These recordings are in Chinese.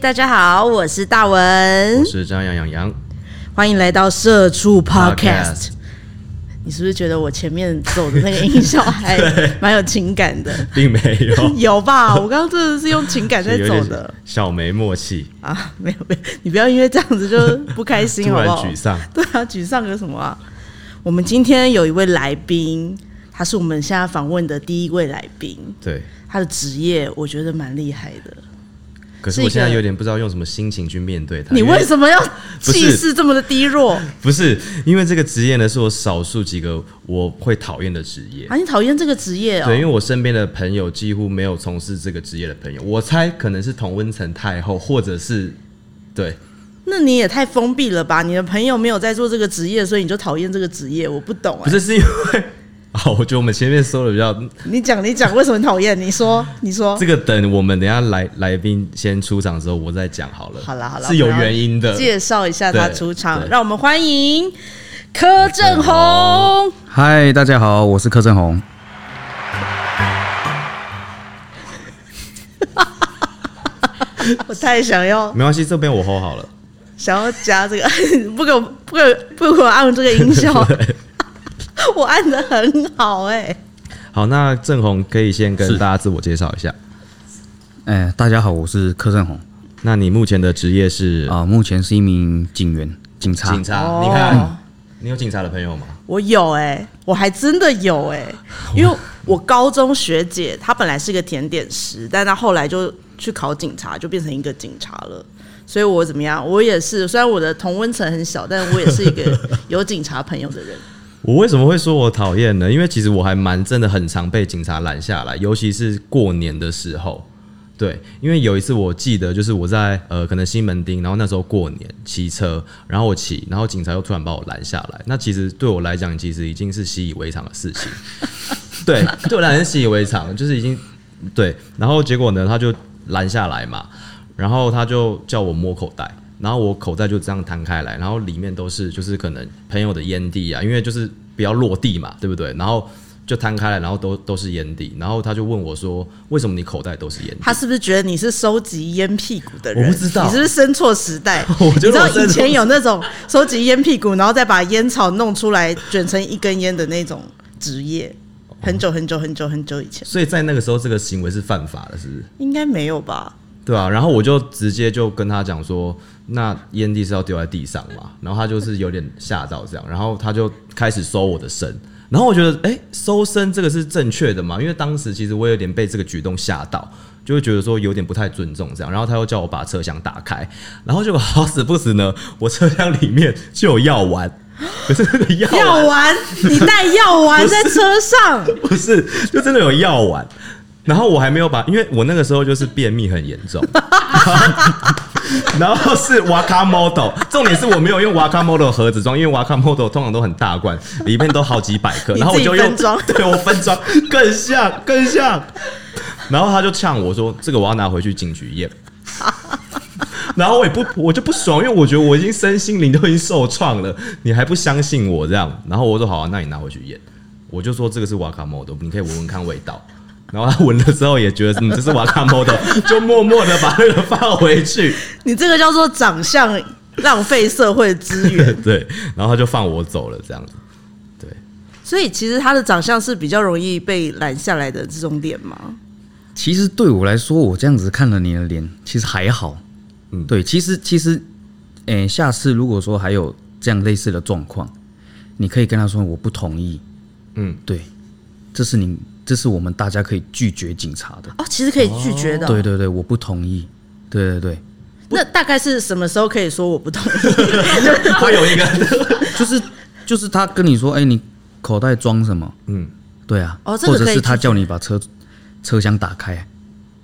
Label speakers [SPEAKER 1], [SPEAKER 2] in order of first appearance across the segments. [SPEAKER 1] 大家好，我是大文
[SPEAKER 2] 我，是张阳阳阳
[SPEAKER 1] 欢迎来到社畜 Podcast。你是不是觉得我前面走的那个音效 还蛮有情感的？，
[SPEAKER 2] 并没有
[SPEAKER 1] 有吧？我刚刚真的是用情感在
[SPEAKER 2] 有
[SPEAKER 1] 走
[SPEAKER 2] 点
[SPEAKER 1] 的
[SPEAKER 2] 小没默契，
[SPEAKER 1] 啊，没有没有，你不要因为这样子就不开心
[SPEAKER 2] 突
[SPEAKER 1] 好
[SPEAKER 2] 然
[SPEAKER 1] 不好？
[SPEAKER 2] 沮丧。
[SPEAKER 1] 对啊，沮丧个什么啊？我们今天有一位来宾，他是我们现在访问的第一位来宾，
[SPEAKER 2] 对，
[SPEAKER 1] 他的职业我觉得蛮厉害的。
[SPEAKER 2] 哎可
[SPEAKER 1] 是
[SPEAKER 2] 是
[SPEAKER 1] 一
[SPEAKER 2] 我现在
[SPEAKER 1] 个
[SPEAKER 2] 有点不知道用什么心情去面对它。
[SPEAKER 1] 你
[SPEAKER 2] 因为
[SPEAKER 1] 为什么要
[SPEAKER 2] 不是
[SPEAKER 1] 气势这么的低落？
[SPEAKER 2] 不是因为这个职业呢，是我少数几个我会讨厌的职业。
[SPEAKER 1] 啊，你讨厌这个职业哦、
[SPEAKER 2] 对，因为我身边的朋友几乎没有从事这个职业的朋友，我猜可能是同温层太厚，或者是对，
[SPEAKER 1] 那你也太封闭了吧？你的朋友没有在做这个职业，所以你就讨厌这个职业，我不懂
[SPEAKER 2] 不
[SPEAKER 1] 哎、
[SPEAKER 2] 是是因为， 好，我觉得我们前面说的比较
[SPEAKER 1] 你讲，你讲，为什么你讨厌？你说，你说
[SPEAKER 2] 这，个，等我们等一下来来宾先出场之后，我再讲好了。
[SPEAKER 1] 好啦好啦
[SPEAKER 2] 是有原因的。
[SPEAKER 1] 介绍一下他
[SPEAKER 2] 对
[SPEAKER 1] 出场，
[SPEAKER 2] 对
[SPEAKER 1] 让我们欢迎柯震宏。
[SPEAKER 3] 嗨，大家好，我是柯震宏。
[SPEAKER 1] 我太想要
[SPEAKER 2] 没关系，这边我 hold 好了。
[SPEAKER 1] 想要加这个，不给我不给我不给我按这个音效， 我按的很好哎、
[SPEAKER 2] 好，那郑红可以先跟
[SPEAKER 3] 是
[SPEAKER 2] 大家自我介绍一下。
[SPEAKER 3] 哎、大家好，我是柯震宏
[SPEAKER 2] 那你目前的职业是
[SPEAKER 3] 啊、目前是一名警员，警察。
[SPEAKER 2] 哦警察？
[SPEAKER 1] 哦
[SPEAKER 2] 啊你看，你有警察的朋友吗？
[SPEAKER 1] 我有哎、我还真的有哎、因为我高中学姐她本来是个甜点师，但她后来就去考警察，就变成一个警察了。所以我怎么样？我也是，虽然我的同温层很小，但我也是一个有警察朋友的人。
[SPEAKER 2] 我为什么会说我讨厌呢？因为其实我还蛮真的很常被警察拦下来，尤其是过年的时候。对，因为有一次我记得，就是我在呃可能西门町，然后那时候过年骑车，然后我骑，然后警察又突然把我拦下来。那其实对我来讲，其实已经是习以为常的事情。对，对我来讲是习以为常，就是已经对。然后结果呢，他就拦下来嘛，然后他就叫我摸口袋，然后我口袋就这样摊开来，然后里面都是就是可能朋友的烟蒂啊，因为就是比较落地嘛，对不对？然后就摊开来，然后都都是烟蒂，然后他就问我说，为什么你口袋都是烟蒂？
[SPEAKER 1] 她是不是觉得你是收集烟屁股的人？
[SPEAKER 2] 我不知道
[SPEAKER 1] 你是不是生错时代？
[SPEAKER 2] 我
[SPEAKER 1] 你
[SPEAKER 2] 觉
[SPEAKER 1] 知
[SPEAKER 2] 得我
[SPEAKER 1] 道
[SPEAKER 2] 生错
[SPEAKER 1] 以前有那种收集烟屁股，然后再把烟草弄出来卷成一根烟的那种职业，很久很久很久很久以前，
[SPEAKER 2] 所以在那个时候，这个行为是犯法的，是不是？
[SPEAKER 1] 应该没有吧？
[SPEAKER 2] 对啊，然后我就直接就跟他讲说，那烟蒂是要丢在地上嘛，然后他就是有点吓到这样，然后他就开始搜我的身，然后我觉得，哎、搜身这个是正确的嘛？因为当时其实我有点被这个举动吓到，就会觉得说有点不太尊重这样，然后他又叫我把车厢打开，然后结果好死不死呢，我车厢里面就有药丸，可是那个药丸
[SPEAKER 1] 药丸，你带药丸在车上，
[SPEAKER 2] 不是，就真的有药丸。然后我还没有把，因为我那个时候就是便秘很严重，然后是 Waka Model，重点是我没有用 Waka Model 盒子装，因为 Waka Model 通常都很大罐，里面都好几百克，
[SPEAKER 1] 你
[SPEAKER 2] 然后我
[SPEAKER 1] 自己
[SPEAKER 2] 就用
[SPEAKER 1] 分装
[SPEAKER 2] 对我分装更像更像，然后他就呛我说这个我要拿回去警局验，然后我也不我就不爽，因为我觉得我已经身心灵都已经受创了，你还不相信我这样，然后我说好、啊，那你拿回去验。我就说这个是瓦卡莫的，你可以闻闻看味道。然后他闻了之后也觉得嗯这是瓦卡莫的，就默默的把那个放回去。
[SPEAKER 1] 你这个叫做长相浪费社会资源。
[SPEAKER 2] 对，然后他就放我走了这样子。对，
[SPEAKER 1] 所以其实他的长相是比较容易被拦下来的这种脸吗？
[SPEAKER 3] 其实对我来说，我这样子看了你的脸，其实还好。
[SPEAKER 2] 嗯
[SPEAKER 3] 对，其实其实，哎、下次如果说还有这样类似的状况，你可以跟他说我不同意。
[SPEAKER 2] 嗯，
[SPEAKER 3] 对，这是你，这是我们大家可以拒绝警察的。
[SPEAKER 1] 哦，其实可以拒绝
[SPEAKER 2] 啊
[SPEAKER 1] 的哦、
[SPEAKER 3] 对对对，我不同意。对对对，
[SPEAKER 1] 那大概是什么时候可以说我 不同意？
[SPEAKER 2] 会有一个
[SPEAKER 3] 就是就是他跟你说，哎、你口袋装什么？
[SPEAKER 2] 嗯，
[SPEAKER 3] 对啊，
[SPEAKER 1] 哦这个
[SPEAKER 3] 或者
[SPEAKER 1] 可以
[SPEAKER 3] 是他
[SPEAKER 1] 拒绝
[SPEAKER 3] 叫你把车车厢打开，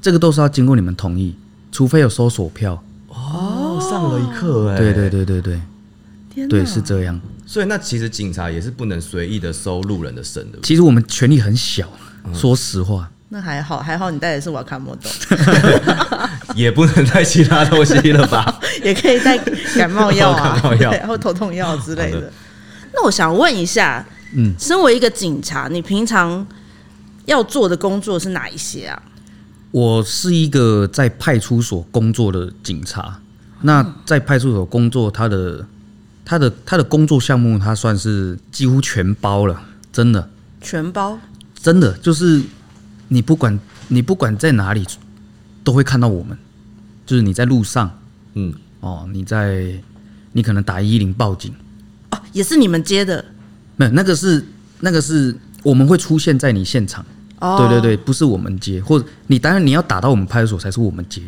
[SPEAKER 3] 这个都是要经过你们同意，除非有搜索票。
[SPEAKER 2] 哦，上了一课哎、
[SPEAKER 3] 对对。对对对，
[SPEAKER 1] 天
[SPEAKER 3] 对是这样。
[SPEAKER 2] 所以那其实警察也是不能随意的收路人的身的。
[SPEAKER 3] 其实我们权力很小，
[SPEAKER 2] 嗯
[SPEAKER 3] 说实话，
[SPEAKER 1] 那还好，还好你带的是瓦卡莫豆，
[SPEAKER 2] 也不能带其他东西了 吧？
[SPEAKER 1] 也可以带感冒药啊
[SPEAKER 2] 感，冒药
[SPEAKER 1] 对或头痛药之类
[SPEAKER 2] 好
[SPEAKER 1] 的
[SPEAKER 2] 的。
[SPEAKER 1] 那我想问一下，嗯，身为一个警察，你平常要做的工作是哪一些啊？
[SPEAKER 3] 我是一个在派出所工作的警察。那在派出所工作，他的他的他的工作项目，他算是几乎全包了，真的
[SPEAKER 1] 全包，
[SPEAKER 3] 真的就是你不管你不管在哪里，都会看到我们。就是你在路上
[SPEAKER 2] 嗯，
[SPEAKER 3] 哦，你在你可能打一零报警，
[SPEAKER 1] 哦，也是你们接的
[SPEAKER 3] 没有那个是那个是我们会出现在你现场。
[SPEAKER 1] 哦。
[SPEAKER 3] 对对对，不是我们接，或者你当然你要打到我们派出所才是我们接。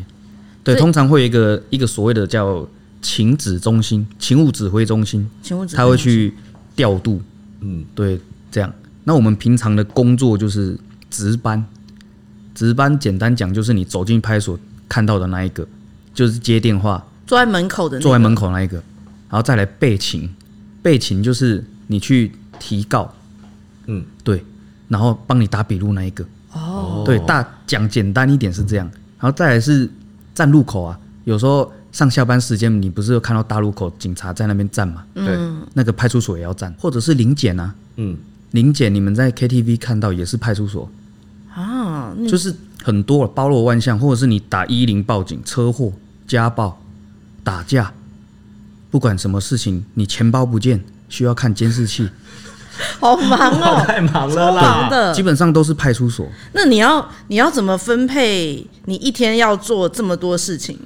[SPEAKER 3] 对，
[SPEAKER 1] 对
[SPEAKER 3] 通常会有一个一个所谓的叫勤指中心、勤务指挥中心，
[SPEAKER 1] 请问怎么
[SPEAKER 3] 他会去调度。
[SPEAKER 2] 嗯，
[SPEAKER 3] 对，这样。那我们平常的工作就是值班，值班简单讲就是你走进派出所看到的那一个，就是接电话，
[SPEAKER 1] 坐在门口的那个
[SPEAKER 3] 坐在门口那一个，然后再来备勤，备勤就是你去提告，
[SPEAKER 2] 嗯，
[SPEAKER 3] 对，然后帮你打笔录那一个，
[SPEAKER 1] 哦，
[SPEAKER 3] 对，大讲简单一点是这样，然后再来是站路口啊，有时候上下班时间你不是有看到大路口警察在那边站嘛，
[SPEAKER 2] 对，
[SPEAKER 1] 嗯
[SPEAKER 3] 那个派出所也要站，或者是临检啊，
[SPEAKER 2] 嗯，
[SPEAKER 3] 临检你们在 KTV 看到也是派出所，
[SPEAKER 1] 啊，那
[SPEAKER 3] 就是很多了，包罗万象，或者是你打一零报警、车祸、家暴、打架，不管什么事情，你钱包不见需要看监视器，
[SPEAKER 1] 好忙哦，
[SPEAKER 2] 太忙了
[SPEAKER 1] 超忙
[SPEAKER 2] 啦，
[SPEAKER 1] 的
[SPEAKER 3] 基。本上都是派出所。
[SPEAKER 1] 那你要你要怎么分配？你一天要做这么多事情，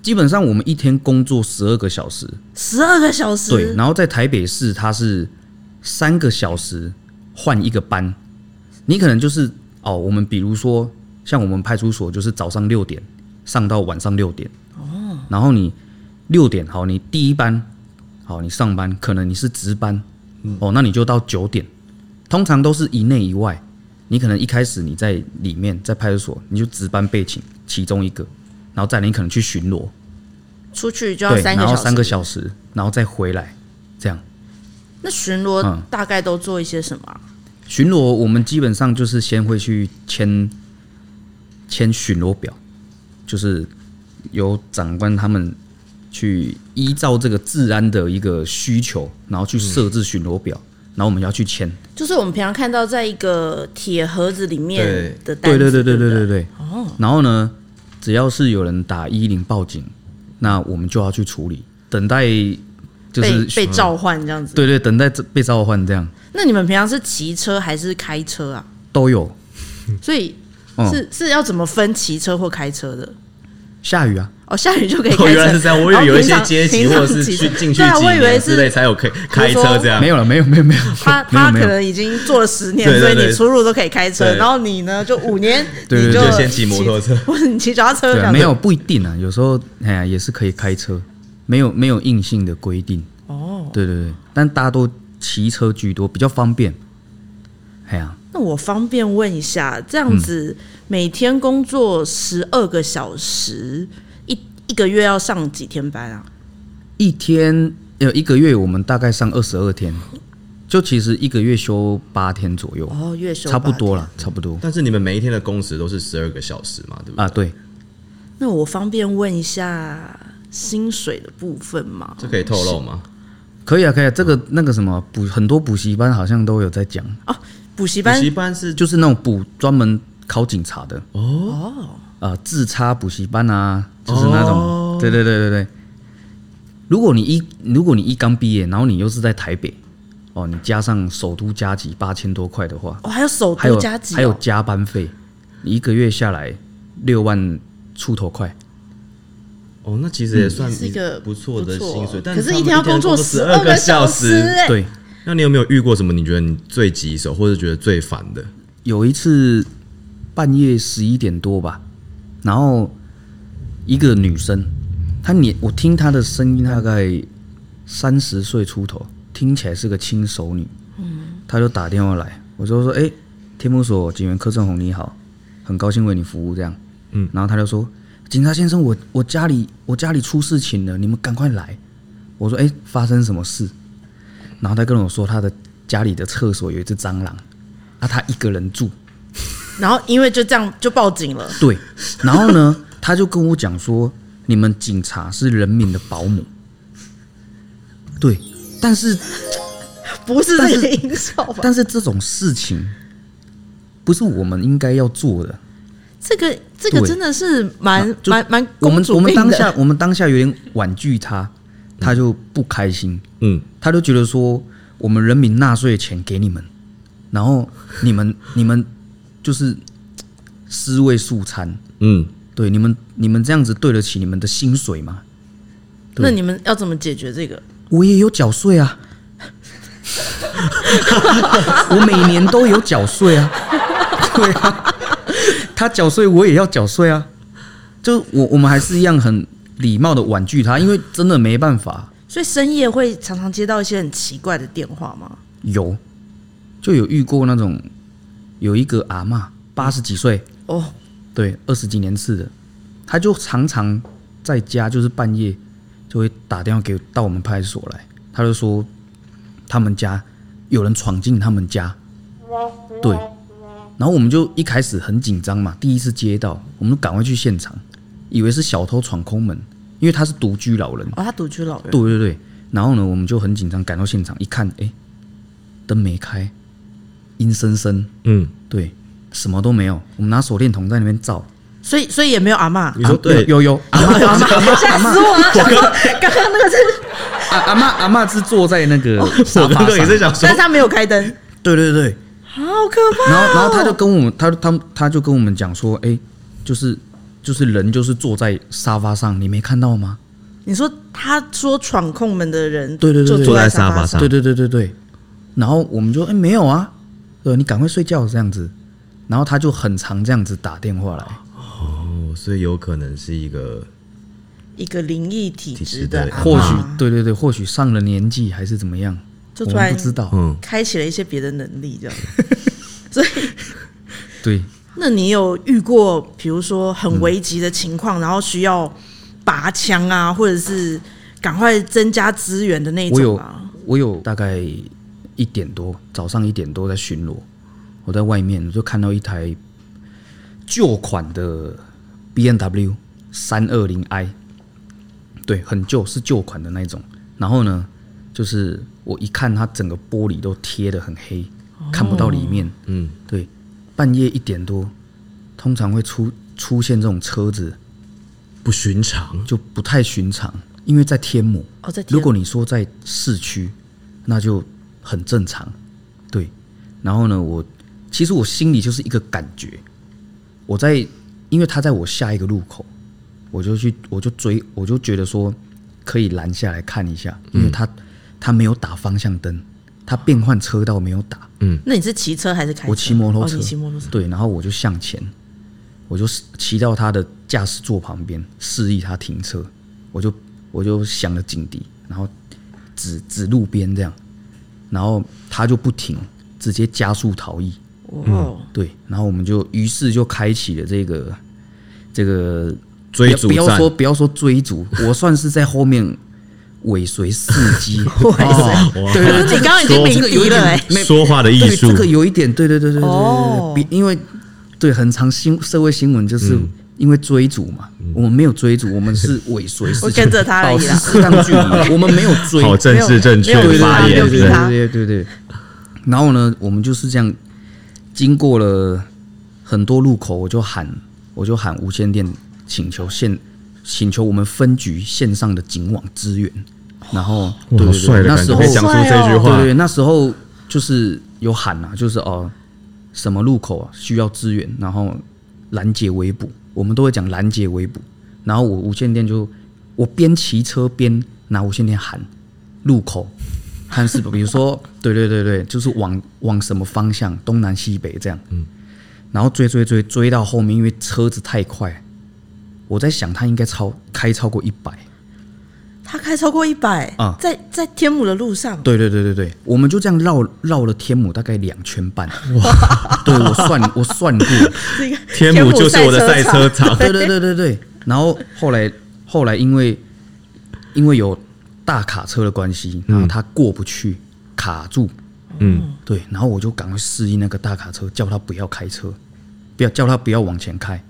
[SPEAKER 3] 基本上我们一天工作十二个小时，
[SPEAKER 1] 十二个小
[SPEAKER 3] 对，
[SPEAKER 1] 时，
[SPEAKER 3] 然后在台北市它是三个小时换一个班，你可能就是哦，我们比如说像我们派出所就是早上六点上到晚上六点，哦，然后你六点好，你第一班好，你上班可能你是值班，
[SPEAKER 1] 嗯
[SPEAKER 3] 哦，那你就到九点，通常都是一内一外。你可能一开始你在里面，在派出所，你就值班备勤其中一个，然后再来你可能去巡逻，
[SPEAKER 1] 出去就要
[SPEAKER 3] 对，
[SPEAKER 1] 三
[SPEAKER 3] 然
[SPEAKER 1] 个
[SPEAKER 3] 后
[SPEAKER 1] 小时。
[SPEAKER 3] 三个小时，然后再回来，这样。
[SPEAKER 1] 那巡逻
[SPEAKER 3] 嗯
[SPEAKER 1] 大概都做一些什么啊？
[SPEAKER 3] 巡逻我们基本上就是先会去签签巡逻表，就是由长官他们去依照这个治安的一个需求，然后去设置巡逻表，然后我们要去签。
[SPEAKER 1] 就是我们平常看到在一个铁盒子里面的单子，
[SPEAKER 3] 对对对对
[SPEAKER 1] 不
[SPEAKER 3] 对对对。哦。然后呢，只要是有人打一零报警，那我们就要去处理，等待就是
[SPEAKER 1] 被被召唤这样子。
[SPEAKER 3] 对对，等待被召唤这样
[SPEAKER 1] 那你们平常是骑车还是开车啊？
[SPEAKER 3] 都有。
[SPEAKER 1] 所以
[SPEAKER 3] 嗯
[SPEAKER 1] 是、是要怎么分骑车或开车的？
[SPEAKER 3] 下雨啊，
[SPEAKER 1] 哦，下雨就可以开车。
[SPEAKER 2] 哦，原来是这样，我以
[SPEAKER 1] 然后
[SPEAKER 2] 为有一
[SPEAKER 1] 平
[SPEAKER 2] 些
[SPEAKER 1] 常
[SPEAKER 2] 阶级
[SPEAKER 1] 平
[SPEAKER 2] 或
[SPEAKER 1] 常
[SPEAKER 2] 者是
[SPEAKER 1] 骑
[SPEAKER 2] 去
[SPEAKER 1] 车
[SPEAKER 2] 进去
[SPEAKER 1] 对啊，
[SPEAKER 2] 几
[SPEAKER 1] 我以为
[SPEAKER 2] 年之类
[SPEAKER 1] 是
[SPEAKER 2] 才有开开车这样
[SPEAKER 3] 没，有了，没有没有没有，
[SPEAKER 1] 他
[SPEAKER 3] 没
[SPEAKER 1] 他
[SPEAKER 3] 有没
[SPEAKER 1] 可
[SPEAKER 3] 有。
[SPEAKER 1] 能已经做了十年，
[SPEAKER 2] 对对
[SPEAKER 1] 所以
[SPEAKER 2] 对
[SPEAKER 1] 你出入都可以开车，
[SPEAKER 2] 对
[SPEAKER 1] 然后你呢就五 年
[SPEAKER 3] 对对
[SPEAKER 1] 你
[SPEAKER 3] 对
[SPEAKER 2] 就先骑摩托车
[SPEAKER 1] 或者你骑脚踏车 这
[SPEAKER 3] 对啊，
[SPEAKER 1] 样子
[SPEAKER 3] 没有不一定啊，有时候哎呀也是可以开车，没有没有硬性的规定。
[SPEAKER 1] 哦。
[SPEAKER 3] 对对对，但大多骑车居多，比较方便。哎呀，
[SPEAKER 1] 那我方便问一下，这样子
[SPEAKER 2] 嗯
[SPEAKER 1] 每天工作十二个小时，一一个月要上几天班啊？
[SPEAKER 3] 一天呃一个月我们大概上二十二天，就其实一个月休八天左右，
[SPEAKER 1] 哦，月休
[SPEAKER 3] 差不
[SPEAKER 1] 八天
[SPEAKER 3] 多。了，差不多
[SPEAKER 2] 但是你们每一天的工时都是十二个小时嘛，对不对？
[SPEAKER 3] 啊。对，
[SPEAKER 1] 那我方便问一下薪水的部分吗？
[SPEAKER 2] 这可以透露吗？
[SPEAKER 3] 可以啊，可以啊。这个那个什么补很多补习班好像都有在讲，
[SPEAKER 1] 哦补习
[SPEAKER 2] 补
[SPEAKER 1] 班
[SPEAKER 2] 习班是
[SPEAKER 3] 就是那种补专门考警察的。
[SPEAKER 1] 哦，
[SPEAKER 3] 呃自插补习班啊，就是那种，
[SPEAKER 2] 哦
[SPEAKER 3] 对对对对对。如果你一如果你一刚毕业，然后你又是在台北，哦，你加上首都加急八千多块的话，
[SPEAKER 1] 哦还有首
[SPEAKER 3] 还有
[SPEAKER 1] 都加急哦，
[SPEAKER 3] 还有加班费，你一个月下来六万出头块，
[SPEAKER 2] 哦，那其实也算
[SPEAKER 1] 是一个
[SPEAKER 2] 不错的
[SPEAKER 1] 不错
[SPEAKER 2] 薪水，但
[SPEAKER 1] 可
[SPEAKER 2] 他
[SPEAKER 1] 是
[SPEAKER 2] 们
[SPEAKER 1] 一
[SPEAKER 2] 一
[SPEAKER 1] 天要工作
[SPEAKER 2] 十
[SPEAKER 1] 12
[SPEAKER 2] 个
[SPEAKER 1] 个小时
[SPEAKER 2] 时。
[SPEAKER 1] 哎
[SPEAKER 3] 对。
[SPEAKER 2] 那你有没有遇过什么你觉得你最棘手，或者觉得最烦的？
[SPEAKER 3] 有一次半夜十一点多吧，然后一个女生，她年我听她的声音大概三十岁出头，听起来是个轻熟女。她就打电话来，我就说：“哎、天目所警员柯正宏你好，很高兴为你服务。”这样，
[SPEAKER 2] 嗯
[SPEAKER 3] 然后她就说：“警察先生，我我家里我家里出事情了，你们赶快来。”我说：“哎、发生什么事？”然后她跟我说，她的家里的厕所有一只蟑螂，啊，她一个人住，
[SPEAKER 1] 然后因为就这样就报警 了，
[SPEAKER 3] 对，然后呢， 他就跟我讲说，你们警察是人民的保姆。对，但是
[SPEAKER 1] 不是
[SPEAKER 3] 但
[SPEAKER 1] 这
[SPEAKER 3] 是
[SPEAKER 1] 个音效吧？
[SPEAKER 3] 但是这种事情不是我们应该要做的。
[SPEAKER 1] 这个这个
[SPEAKER 3] 对
[SPEAKER 1] 真的是蛮
[SPEAKER 3] 就
[SPEAKER 1] 蛮蛮
[SPEAKER 3] 我
[SPEAKER 1] 公
[SPEAKER 3] 们
[SPEAKER 1] 主
[SPEAKER 3] 我们
[SPEAKER 1] 病
[SPEAKER 3] 当
[SPEAKER 1] 的
[SPEAKER 3] 下我们当下有点婉拒他，他就不开心，
[SPEAKER 2] 嗯，
[SPEAKER 3] 他就觉得说我们人民纳税的钱给你们，然后你们你们就是尸位素餐，
[SPEAKER 2] 嗯，
[SPEAKER 3] 对你们你们这样子对得起你们的薪水吗？
[SPEAKER 1] 那你们要怎么解决这个？
[SPEAKER 3] 我也有缴税啊， 我每年都有缴税啊，对啊，他缴税我也要缴税啊，就我我们还是一样很礼貌的婉拒他，因为真的没办法，
[SPEAKER 1] 所以深夜会常常接到一些很奇怪的电话吗？
[SPEAKER 3] 有就有遇过那种有一个阿嬷八十几岁，
[SPEAKER 1] 哦，
[SPEAKER 3] 对，二十几年次的，他就常常在家，就是半夜就会打电话给到我们派出所来，他就说他们家有人闯进他们家，对，然后我们就一开始很紧张嘛，第一次接到，我们就赶快去现场，以为是小偷闯空门，因为他是独居老人，
[SPEAKER 1] 哦，他独居老人，
[SPEAKER 3] 对对对，然后呢，我们就很紧张赶到现场，一看，哎，灯没开，阴森森，
[SPEAKER 2] 嗯，
[SPEAKER 3] 对，什么都没有，我们拿手电筒在那边照。
[SPEAKER 1] 所以所以也没有阿嬷。
[SPEAKER 2] 你说
[SPEAKER 3] 啊
[SPEAKER 2] 对
[SPEAKER 3] 有有有 阿妈阿妈
[SPEAKER 1] 吓死我了！想说 刚刚那个是，
[SPEAKER 3] 阿阿妈阿妈是坐在那个沙
[SPEAKER 2] 我刚
[SPEAKER 3] 发
[SPEAKER 2] 刚也
[SPEAKER 3] 上，
[SPEAKER 2] 在想说
[SPEAKER 1] 但是，他没有开灯，
[SPEAKER 3] 对对对，
[SPEAKER 1] 好可怕。
[SPEAKER 3] 然后然后他就跟我们他他他就跟我们讲说，哎，就是就是人就是坐在沙发上，你没看到吗？
[SPEAKER 1] 你说他说闯空门的人，
[SPEAKER 3] 对对对
[SPEAKER 1] 就
[SPEAKER 3] 对
[SPEAKER 1] 坐在
[SPEAKER 2] 坐在沙发
[SPEAKER 1] 发
[SPEAKER 2] 上
[SPEAKER 3] 对对对对对，然后我们就哎没有啊，对，你赶快睡觉这样子，然后他就很常这样子打电话来，
[SPEAKER 2] 哦，所以有可能是一个，
[SPEAKER 1] 一个灵异体质的
[SPEAKER 2] 体质的
[SPEAKER 1] 阿嬷，
[SPEAKER 3] 或许对对对，或许上了年纪还是怎么样，
[SPEAKER 1] 就
[SPEAKER 3] 我
[SPEAKER 1] 突
[SPEAKER 3] 们
[SPEAKER 1] 然
[SPEAKER 3] 不知道，
[SPEAKER 2] 嗯，
[SPEAKER 1] 开启了一些别的能力，这样。
[SPEAKER 3] 对，
[SPEAKER 1] 那你有遇过，比如说很危急的情况，然后需要拔枪啊，或者是赶快增加资源的那
[SPEAKER 3] 我
[SPEAKER 1] 种
[SPEAKER 3] 有
[SPEAKER 1] 吗？
[SPEAKER 3] 我有大概一点多，早上一点多在巡逻，我在外面就看到一台旧款的 B N W 三二零 i，对，很旧，是旧款的那一种。然后呢，就是我一看它整个玻璃都贴的很黑，看不到里面。
[SPEAKER 2] 嗯，
[SPEAKER 3] 对，半夜一点多，通常会出出现这种车子，
[SPEAKER 2] 不寻常，
[SPEAKER 3] 就不太寻常，因为在天母。
[SPEAKER 1] 哦，在天
[SPEAKER 3] 如果你说在市区，那就很正常，对。然后呢，我其实我心里就是一个感觉，我在，因为他在我下一个路口，我就去，我就追，我就觉得说可以拦下来看一下，因为他、他没有打方向灯，他变换车道没有打，
[SPEAKER 1] 那你是骑车还是开车？
[SPEAKER 3] 我骑摩托车，
[SPEAKER 1] 哦、你骑摩托车。
[SPEAKER 3] 对，然后我就向前，我就骑到他的驾驶座旁边，示意他停车，我就我就响了警笛，然后指指路边这样，然后他就不停，直接加速逃逸，
[SPEAKER 1] 哇、
[SPEAKER 3] 对，然后我们就于是就开启了这个这个
[SPEAKER 2] 追逐
[SPEAKER 3] 不要不要
[SPEAKER 2] 战
[SPEAKER 3] 说不要说追逐，我算是在后面尾随司 机，
[SPEAKER 1] 哇
[SPEAKER 3] 哦对对
[SPEAKER 1] 可是
[SPEAKER 3] 对，
[SPEAKER 1] 你刚刚已经
[SPEAKER 3] 这
[SPEAKER 1] 鸣
[SPEAKER 3] 个有
[SPEAKER 1] 笛
[SPEAKER 3] 一
[SPEAKER 1] 了、
[SPEAKER 3] 点
[SPEAKER 1] 欸，
[SPEAKER 3] 没
[SPEAKER 2] 说话的艺
[SPEAKER 3] 对，
[SPEAKER 2] 术
[SPEAKER 3] 这，个有一点，对对对对对对
[SPEAKER 1] 哦
[SPEAKER 3] 对对，比因为对很常新社会新闻就是因为追逐嘛，我们没有追逐，我们是尾随司机，
[SPEAKER 1] 我跟着他而
[SPEAKER 3] 保
[SPEAKER 1] 已
[SPEAKER 3] 持
[SPEAKER 1] 啦
[SPEAKER 3] 适当距离，我们没有追，
[SPEAKER 2] 好正式正确
[SPEAKER 1] 没有
[SPEAKER 2] 的发
[SPEAKER 1] 没
[SPEAKER 2] 言
[SPEAKER 1] 有，逼
[SPEAKER 3] 对
[SPEAKER 1] 他
[SPEAKER 2] 对
[SPEAKER 1] 没有
[SPEAKER 3] 对对对对。然后呢，我们就是这样，经过了很多路口，我就喊，我就喊无线电请求线，请求我们分局线上的警网支援。然后，对
[SPEAKER 2] 哇好
[SPEAKER 3] 对
[SPEAKER 2] 帅
[SPEAKER 3] 对，
[SPEAKER 2] 的
[SPEAKER 3] 那
[SPEAKER 2] 感
[SPEAKER 3] 时
[SPEAKER 2] 觉，
[SPEAKER 3] 候
[SPEAKER 2] 可以讲出这句
[SPEAKER 1] 好帅
[SPEAKER 2] 话
[SPEAKER 3] 哦对，对，啊那时候就是有喊啊，就是哦，什么路口啊需要支援，然后拦截围捕，我们都会讲拦截围捕。然后我无线电就我边骑车边拿无线电喊路口，喊是比如说 对对对对，就是往往什么方向，东南西北这样。嗯。然后追追追追到后面，因为车子太快，我在想他应该超开超过一百。
[SPEAKER 1] 他开超过一百、
[SPEAKER 3] 啊
[SPEAKER 1] 在在天母的路上，
[SPEAKER 3] 对对对对对，我们就这样绕绕了天母大概两圈半。对我算我算过，
[SPEAKER 1] 这个
[SPEAKER 2] 天母就是我的赛车 场，
[SPEAKER 3] 对对对对对。然后后来后来因为因为有大卡车的关系，然后他过不去，卡住。
[SPEAKER 2] 嗯，
[SPEAKER 3] 对，然后我就赶快示意那个大卡车，叫他不要开车，不要叫他不要往前开。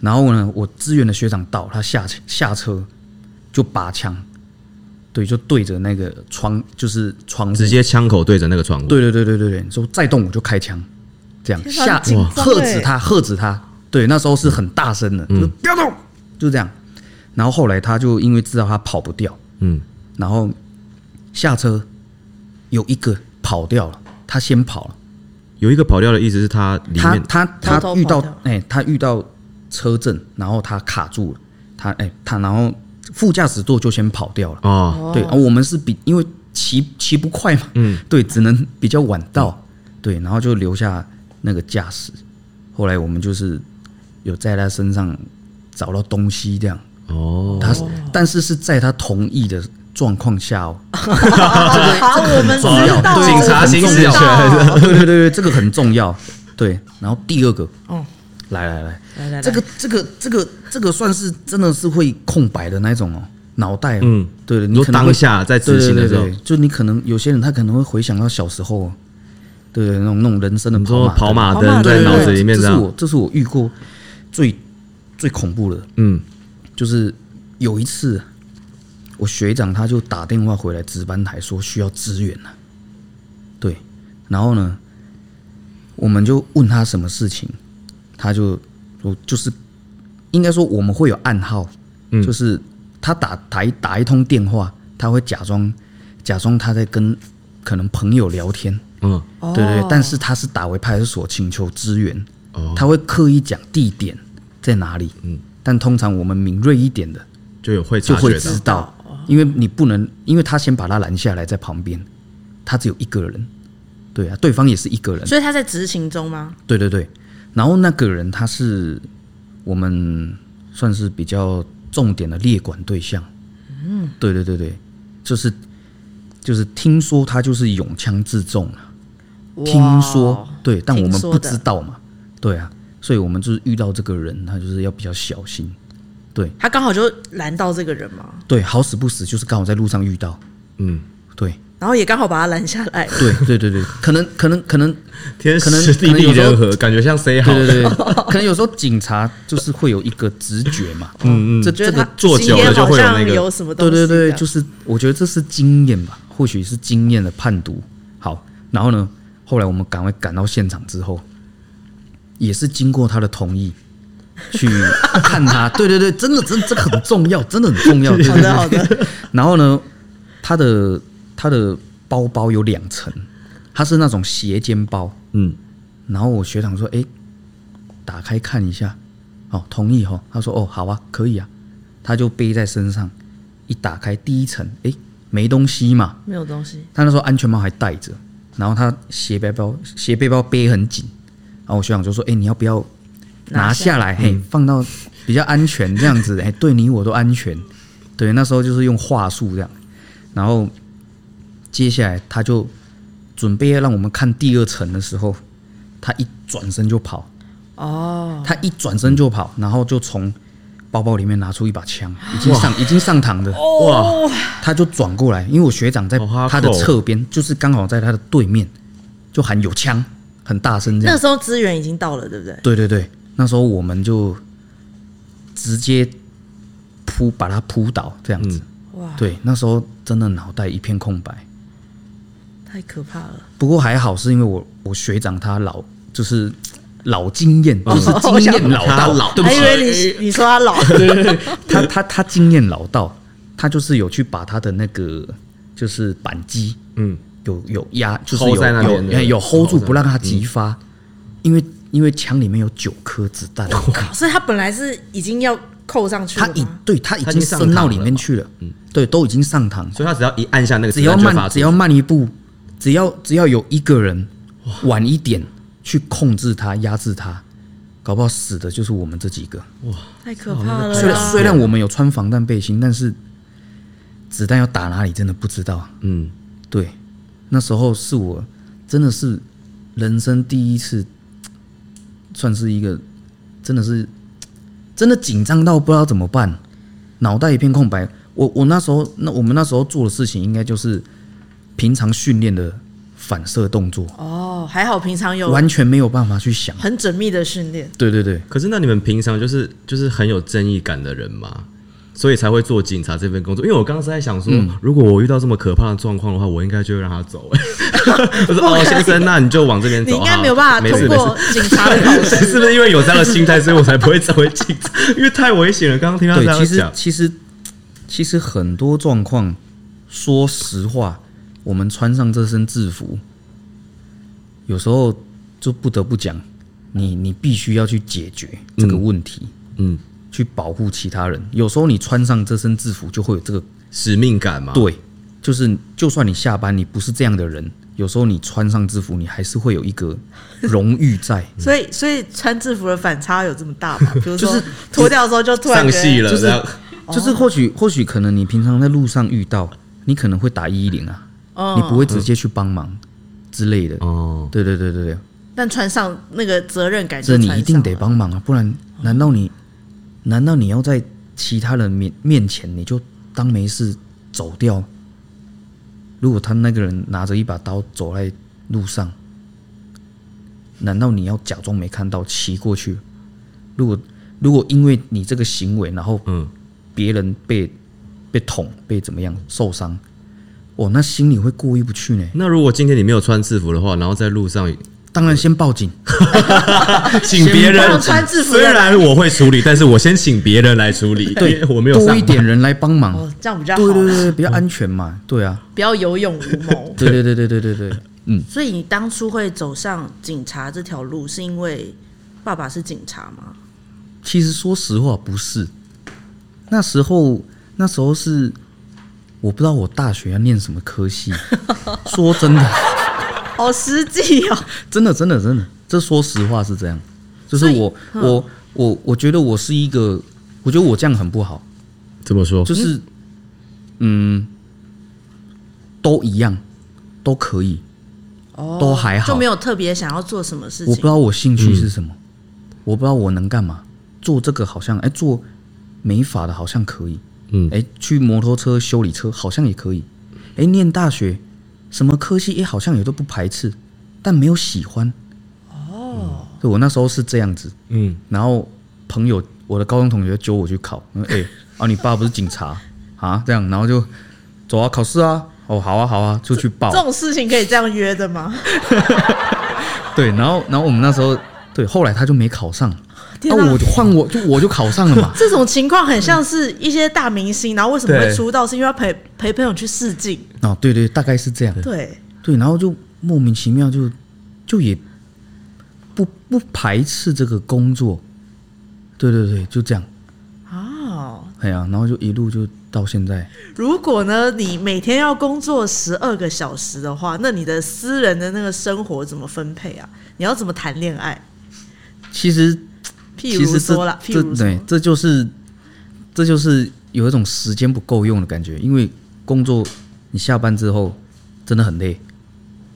[SPEAKER 3] 然后呢，我支援的学长到，他下下车就拔枪，对，就对着那个窗，就是窗户
[SPEAKER 2] 直接枪口对着那个窗户，
[SPEAKER 3] 对对对对对对，说再动我就开枪，这样
[SPEAKER 1] 天哪
[SPEAKER 3] 吓
[SPEAKER 1] 很紧张
[SPEAKER 3] 呵
[SPEAKER 1] 欸
[SPEAKER 3] 止他，呵止他，对，那时候是很大声的，
[SPEAKER 2] 嗯
[SPEAKER 3] 就是不要动，就这样。然后后来他就因为知道他跑不掉，
[SPEAKER 2] 嗯，
[SPEAKER 3] 然后下车有一个跑掉了，他先跑了，
[SPEAKER 2] 有一个跑掉的意思是他里
[SPEAKER 3] 他
[SPEAKER 2] 面
[SPEAKER 3] 他
[SPEAKER 1] 偷
[SPEAKER 3] 他
[SPEAKER 1] 偷
[SPEAKER 3] 遇
[SPEAKER 1] 跑
[SPEAKER 3] 到
[SPEAKER 1] 掉
[SPEAKER 3] 哎、他遇到车阵，然后他卡住了，他哎、他然后副驾驶座就先跑掉了，
[SPEAKER 2] 哦，
[SPEAKER 3] 对，啊，我们是比因为骑骑不快嘛，嗯， 对，只能比较晚到，对，然后就留下那个驾驶。后来我们就是有在他身上找到东西，这样，
[SPEAKER 2] 哦，
[SPEAKER 3] 他是但是是在他同意的状况下 哦，
[SPEAKER 1] 啊好，我们知道，
[SPEAKER 2] 警察
[SPEAKER 1] 我们
[SPEAKER 2] 行使
[SPEAKER 1] 知
[SPEAKER 3] 啊
[SPEAKER 1] 道
[SPEAKER 2] 权
[SPEAKER 3] 对对对对，这个很重要，对。然后第二个，哦，来来来，
[SPEAKER 1] 来来来，
[SPEAKER 3] 这个这个这个这个算是真的是会空白的那种哦，脑袋、哦，
[SPEAKER 2] 嗯
[SPEAKER 3] 嗯，对的，
[SPEAKER 2] 你
[SPEAKER 3] 你
[SPEAKER 2] 说
[SPEAKER 3] 可能会
[SPEAKER 2] 当下在
[SPEAKER 3] 对
[SPEAKER 2] 执行的时候
[SPEAKER 3] 对对对，就你可能有些人他可能会回想到小时候哦，对对，那种那种人生的
[SPEAKER 2] 你说跑
[SPEAKER 3] 跑
[SPEAKER 2] 马
[SPEAKER 1] 跑
[SPEAKER 2] 灯
[SPEAKER 1] 马灯
[SPEAKER 2] 在
[SPEAKER 3] 对对
[SPEAKER 2] 脑
[SPEAKER 3] 对
[SPEAKER 2] 子里面这
[SPEAKER 3] 这是
[SPEAKER 2] 样，
[SPEAKER 3] 我这是我遇过最最恐怖的，
[SPEAKER 2] 嗯，
[SPEAKER 3] 就是有一次我学长他就打电话回来值班台说需要支援啊，对，然后呢，我们就问他什么事情，他就我就是应该说我们会有暗号，就是他打打一打一通电话，他会假装假装他在跟可能朋友聊天，
[SPEAKER 2] 嗯，
[SPEAKER 3] 对对对，但是他是打回派出所请求支援，
[SPEAKER 2] 哦
[SPEAKER 3] 他会刻意讲地点在哪里，但通常我们敏锐一点的
[SPEAKER 2] 就有会
[SPEAKER 3] 就
[SPEAKER 2] 察
[SPEAKER 3] 会
[SPEAKER 2] 觉
[SPEAKER 3] 知
[SPEAKER 2] 到，
[SPEAKER 3] 道，因为你不能，因为他先把他拦下来在旁边，他只有一个人，对啊，对方也是一个人，
[SPEAKER 1] 所以他在执行中吗？
[SPEAKER 3] 对对对，然后那个人他是我们算是比较重点的列管对象，嗯，对对对对，就是就是听说他就是咏枪自重啊。听说
[SPEAKER 1] 哇，
[SPEAKER 3] 对，但我
[SPEAKER 1] 听
[SPEAKER 3] 们
[SPEAKER 1] 说
[SPEAKER 3] 不
[SPEAKER 1] 的
[SPEAKER 3] 知道嘛，对啊，所以我们就是遇到这个人，他就是要比较小心，对
[SPEAKER 1] 他刚好就拦到这个人嘛，
[SPEAKER 3] 对，好死不死就是刚好在路上遇到，
[SPEAKER 2] 嗯，
[SPEAKER 3] 对
[SPEAKER 1] 然后也刚好把他拦下来。
[SPEAKER 3] 对对对对，可能可能可 能，
[SPEAKER 2] 天
[SPEAKER 3] 可能
[SPEAKER 2] 时地
[SPEAKER 3] 可能
[SPEAKER 2] 利
[SPEAKER 3] 有时候
[SPEAKER 2] 人和，感觉像 say 好，
[SPEAKER 3] 对对对，可能有时候警察就是会有一个直觉嘛，嗯嗯，这
[SPEAKER 1] 觉
[SPEAKER 3] 这
[SPEAKER 1] 得他
[SPEAKER 3] 个
[SPEAKER 2] 坐久了就会有那个
[SPEAKER 1] 今天好像有什么东
[SPEAKER 3] 对
[SPEAKER 1] 西这啊
[SPEAKER 3] 对
[SPEAKER 1] 样。
[SPEAKER 3] 对，就是我觉得这是经验吧，或许是经验的判读。好，然后呢，后来我们赶快赶到现场之后，也是经过他的同意去看他。 对对对，真的，真的这个很重要，真的很重要。对
[SPEAKER 1] 好的好。
[SPEAKER 3] 对对
[SPEAKER 1] 的，
[SPEAKER 3] 然后呢，他的他的包包有两层，它是那种斜肩包。
[SPEAKER 2] 嗯，
[SPEAKER 3] 然后我学长说：“哎、打开看一下，哦，同意哦。”他说：“哦，好啊，可以啊。”他就背在身上，一打开第一层，哎、没东西嘛。
[SPEAKER 1] 没有东西。
[SPEAKER 3] 他那时候安全帽还戴着，然后他斜背包斜背包背很紧，然后我学长就说：“哎、你要不要拿
[SPEAKER 1] 拿下
[SPEAKER 3] 下来？嘿，放到比较安全这样子，哎、对你我都安全。”对，那时候就是用话术这样，然后接下来他就准备要让我们看第二层的时候，他一转身就跑，
[SPEAKER 1] 哦，
[SPEAKER 3] 他一转身就跑，然后就从包包里面拿出一把枪，已经上已经上膛的，哦
[SPEAKER 2] 哇，
[SPEAKER 3] 他就转过来，因为我学长在
[SPEAKER 2] 好哈扣
[SPEAKER 3] 他的侧边，就是刚好在他的对面，就喊有枪，很大声这
[SPEAKER 1] 那
[SPEAKER 3] 样。
[SPEAKER 1] 时候资源已经到了，对不对？
[SPEAKER 3] 对对对，那时候我们就直接扑把他扑倒这样
[SPEAKER 2] 嗯
[SPEAKER 3] 子。
[SPEAKER 1] 哇，
[SPEAKER 3] 对，那时候真的脑袋一片空白。
[SPEAKER 1] 太可怕了。
[SPEAKER 3] 不过还好是因为我我学长他老就是老经验，
[SPEAKER 2] 嗯
[SPEAKER 3] 就是经验老
[SPEAKER 2] 哦他
[SPEAKER 3] 到
[SPEAKER 2] 老
[SPEAKER 3] 对不
[SPEAKER 1] 还以
[SPEAKER 3] 起，哎
[SPEAKER 1] 为你你说他老，
[SPEAKER 3] 他他他经验老道，他就是有去把他的那个就是扳机，
[SPEAKER 2] 嗯，
[SPEAKER 3] 有有压，就是有
[SPEAKER 2] Hold 在那边
[SPEAKER 3] 有
[SPEAKER 2] 对
[SPEAKER 3] 哎有 hold 住
[SPEAKER 2] Hold 在
[SPEAKER 3] 不让它激发，
[SPEAKER 2] 嗯
[SPEAKER 3] 因为因为枪里面有九颗子弹，
[SPEAKER 1] 所以他本来是已经要扣上去
[SPEAKER 3] 他
[SPEAKER 1] 了
[SPEAKER 3] 已
[SPEAKER 1] 吗？
[SPEAKER 3] 对他已
[SPEAKER 2] 他已
[SPEAKER 3] 经
[SPEAKER 2] 经上
[SPEAKER 3] 升
[SPEAKER 2] 膛
[SPEAKER 3] 到里
[SPEAKER 2] 了
[SPEAKER 3] 面
[SPEAKER 2] 嘛
[SPEAKER 3] 去了，对，都已经上膛，
[SPEAKER 2] 所以他只要一按下那个
[SPEAKER 3] 只
[SPEAKER 2] 子
[SPEAKER 3] 要
[SPEAKER 2] 弹就发
[SPEAKER 3] 慢
[SPEAKER 2] 出
[SPEAKER 3] 只要慢一步，只要只要有一个人晚一点去控制他压制他，搞不好死的就是我们这几个。
[SPEAKER 1] 太可怕了
[SPEAKER 3] 虽然
[SPEAKER 1] 啦。
[SPEAKER 3] 虽然我们有穿防弹背心，但是子弹要打哪里真的不知道。
[SPEAKER 2] 嗯，
[SPEAKER 3] 对，那时候是我真的是人生第一次，算是一个真的是真的紧张到不知道怎么办，脑袋一片空白。我我那时候那我们那时候做的事情应该就是平常训练的反射动作，
[SPEAKER 1] 哦，还好平常有
[SPEAKER 3] 完全没有办法去想。
[SPEAKER 1] 很缜密的训练。
[SPEAKER 3] 对对对，
[SPEAKER 2] 可是那你们平常就是就是很有正义感的人吗？所以才会做警察这份工作。因为我刚刚是在想说，
[SPEAKER 1] 嗯
[SPEAKER 2] 如果我遇到这么可怕的状况的话，我应该就会让他 走、欸。我说哦，先生，那你就往这边走。
[SPEAKER 1] 你应该
[SPEAKER 2] 好
[SPEAKER 1] 没有办法
[SPEAKER 2] 没事
[SPEAKER 1] 通
[SPEAKER 2] 没事
[SPEAKER 1] 过警察的考 试。
[SPEAKER 2] 是不是因为有这样的心态，所以我才不会成为警察？因为太危险了。刚刚听他这
[SPEAKER 3] 对，
[SPEAKER 2] 样
[SPEAKER 3] 其实
[SPEAKER 2] 讲，
[SPEAKER 3] 其实其实很多状况，说实话，我们穿上这身制服，有时候就不得不讲，你你必须要去解决这个问题，
[SPEAKER 2] 嗯，
[SPEAKER 3] 去保护其他人。有时候你穿上这身制服，就会有这个
[SPEAKER 2] 使命感嘛。
[SPEAKER 3] 对，就是就算你下班你不是这样的人，有时候你穿上制服，你还是会有一个荣誉在。
[SPEAKER 1] 所以，所以穿制服的反差有这么大 吗？比如
[SPEAKER 3] 就
[SPEAKER 1] 说
[SPEAKER 3] 是
[SPEAKER 1] 脱掉之后就突然
[SPEAKER 2] 上
[SPEAKER 1] 觉得
[SPEAKER 2] 戏了，
[SPEAKER 3] 就是
[SPEAKER 2] 这样
[SPEAKER 3] 就是或许或许可能你平常在路上遇到，你可能会打一一零啊，
[SPEAKER 1] 哦嗯
[SPEAKER 3] 你不会直接去帮忙之类的。
[SPEAKER 2] 哦，
[SPEAKER 3] 对对对对对，
[SPEAKER 1] 但穿上那个责任感就
[SPEAKER 3] 这
[SPEAKER 1] 穿
[SPEAKER 3] 你
[SPEAKER 1] 上了，
[SPEAKER 3] 一定得帮忙啊，不然难道你难道你要在其他人面面前你就当没事走掉？如果他那个人拿着一把刀走在路上，难道你要假装没看到骑过去？如果如果因为你这个行为，然后
[SPEAKER 2] 嗯
[SPEAKER 3] 别人被被捅、被怎么样受伤，哦，那心里会过意不去呢。
[SPEAKER 2] 那如果今天你没有穿制服的话，然后在路上
[SPEAKER 3] 当然先报警，
[SPEAKER 2] 请别
[SPEAKER 1] 不
[SPEAKER 2] 人
[SPEAKER 1] 用穿制服
[SPEAKER 2] 虽
[SPEAKER 1] 的
[SPEAKER 2] 然我会处理，但是我先请别人来处理，因
[SPEAKER 3] 对
[SPEAKER 2] 为，我没有
[SPEAKER 3] 多
[SPEAKER 2] 上
[SPEAKER 3] 一点人来帮忙，
[SPEAKER 1] 哦，这样比较好，
[SPEAKER 3] 对对对对，比较安全嘛，对啊，。
[SPEAKER 1] 不要有勇无谋
[SPEAKER 3] 对对对对对对对，嗯，
[SPEAKER 1] 所以你当初会走上警察这条路，是因为爸爸是警察吗？
[SPEAKER 3] 其实说实话不是，那时候那时候是我不知道我大学要念什么 科系，说真的，
[SPEAKER 1] 好实际哦，
[SPEAKER 3] 真的真的真的，这说实话是这样，就是我
[SPEAKER 1] 嗯
[SPEAKER 3] 我我我觉得我是一个，我觉得我这样很不好，
[SPEAKER 2] 这么说，
[SPEAKER 3] 就是嗯，都一样，都可以，
[SPEAKER 1] 哦
[SPEAKER 3] 都还好，
[SPEAKER 1] 就没有特别想要做什么事
[SPEAKER 3] 我不知
[SPEAKER 1] 情。
[SPEAKER 3] 道我兴趣是什么，我不知道我能干嘛。做这个好像，哎、做美发的好像可以，
[SPEAKER 2] 嗯
[SPEAKER 3] 哎、去摩托车修理车好像也可以，哎、念大学什么科系也、哎好像也都不排斥，但没有喜欢。哦，对我那时候是这样子，
[SPEAKER 2] 嗯，
[SPEAKER 3] 然后朋友，我的高中同学揪我去考，哎、诶啊，你爸不是警察啊？这样，然后就走啊，考试啊，哦，好啊，好啊，就去报
[SPEAKER 1] 这。种事情可以这样约的吗？
[SPEAKER 3] 对，然后，然后我们那时候，对，后来他就没考上。
[SPEAKER 1] 天
[SPEAKER 3] 那、
[SPEAKER 1] 哪、。
[SPEAKER 3] 我就换我就我就考上了 嘛
[SPEAKER 1] 这种情况很像是一些大明星，然后为什么
[SPEAKER 2] 对
[SPEAKER 1] 会出道，是因为要陪陪朋友去试镜。
[SPEAKER 3] 哦，对对，大概是这样。
[SPEAKER 1] 对，
[SPEAKER 3] 对，然后就莫名其妙就就也不不排斥这个工作。对对对，就这样。
[SPEAKER 1] 哦，
[SPEAKER 3] 哎呀、然后就一路就到现在。
[SPEAKER 1] 如果呢，你每天要工作十二个小时的话，那你的私人的那个生活怎么分配啊？你要怎么谈恋爱？
[SPEAKER 3] 其实
[SPEAKER 1] 譬
[SPEAKER 3] 其
[SPEAKER 1] 如
[SPEAKER 3] 实这
[SPEAKER 1] 说啦，譬
[SPEAKER 3] 这
[SPEAKER 1] 如说
[SPEAKER 3] 对，这就是这就是有一种时间不够用的感觉，因为工作你下班之后真的很累。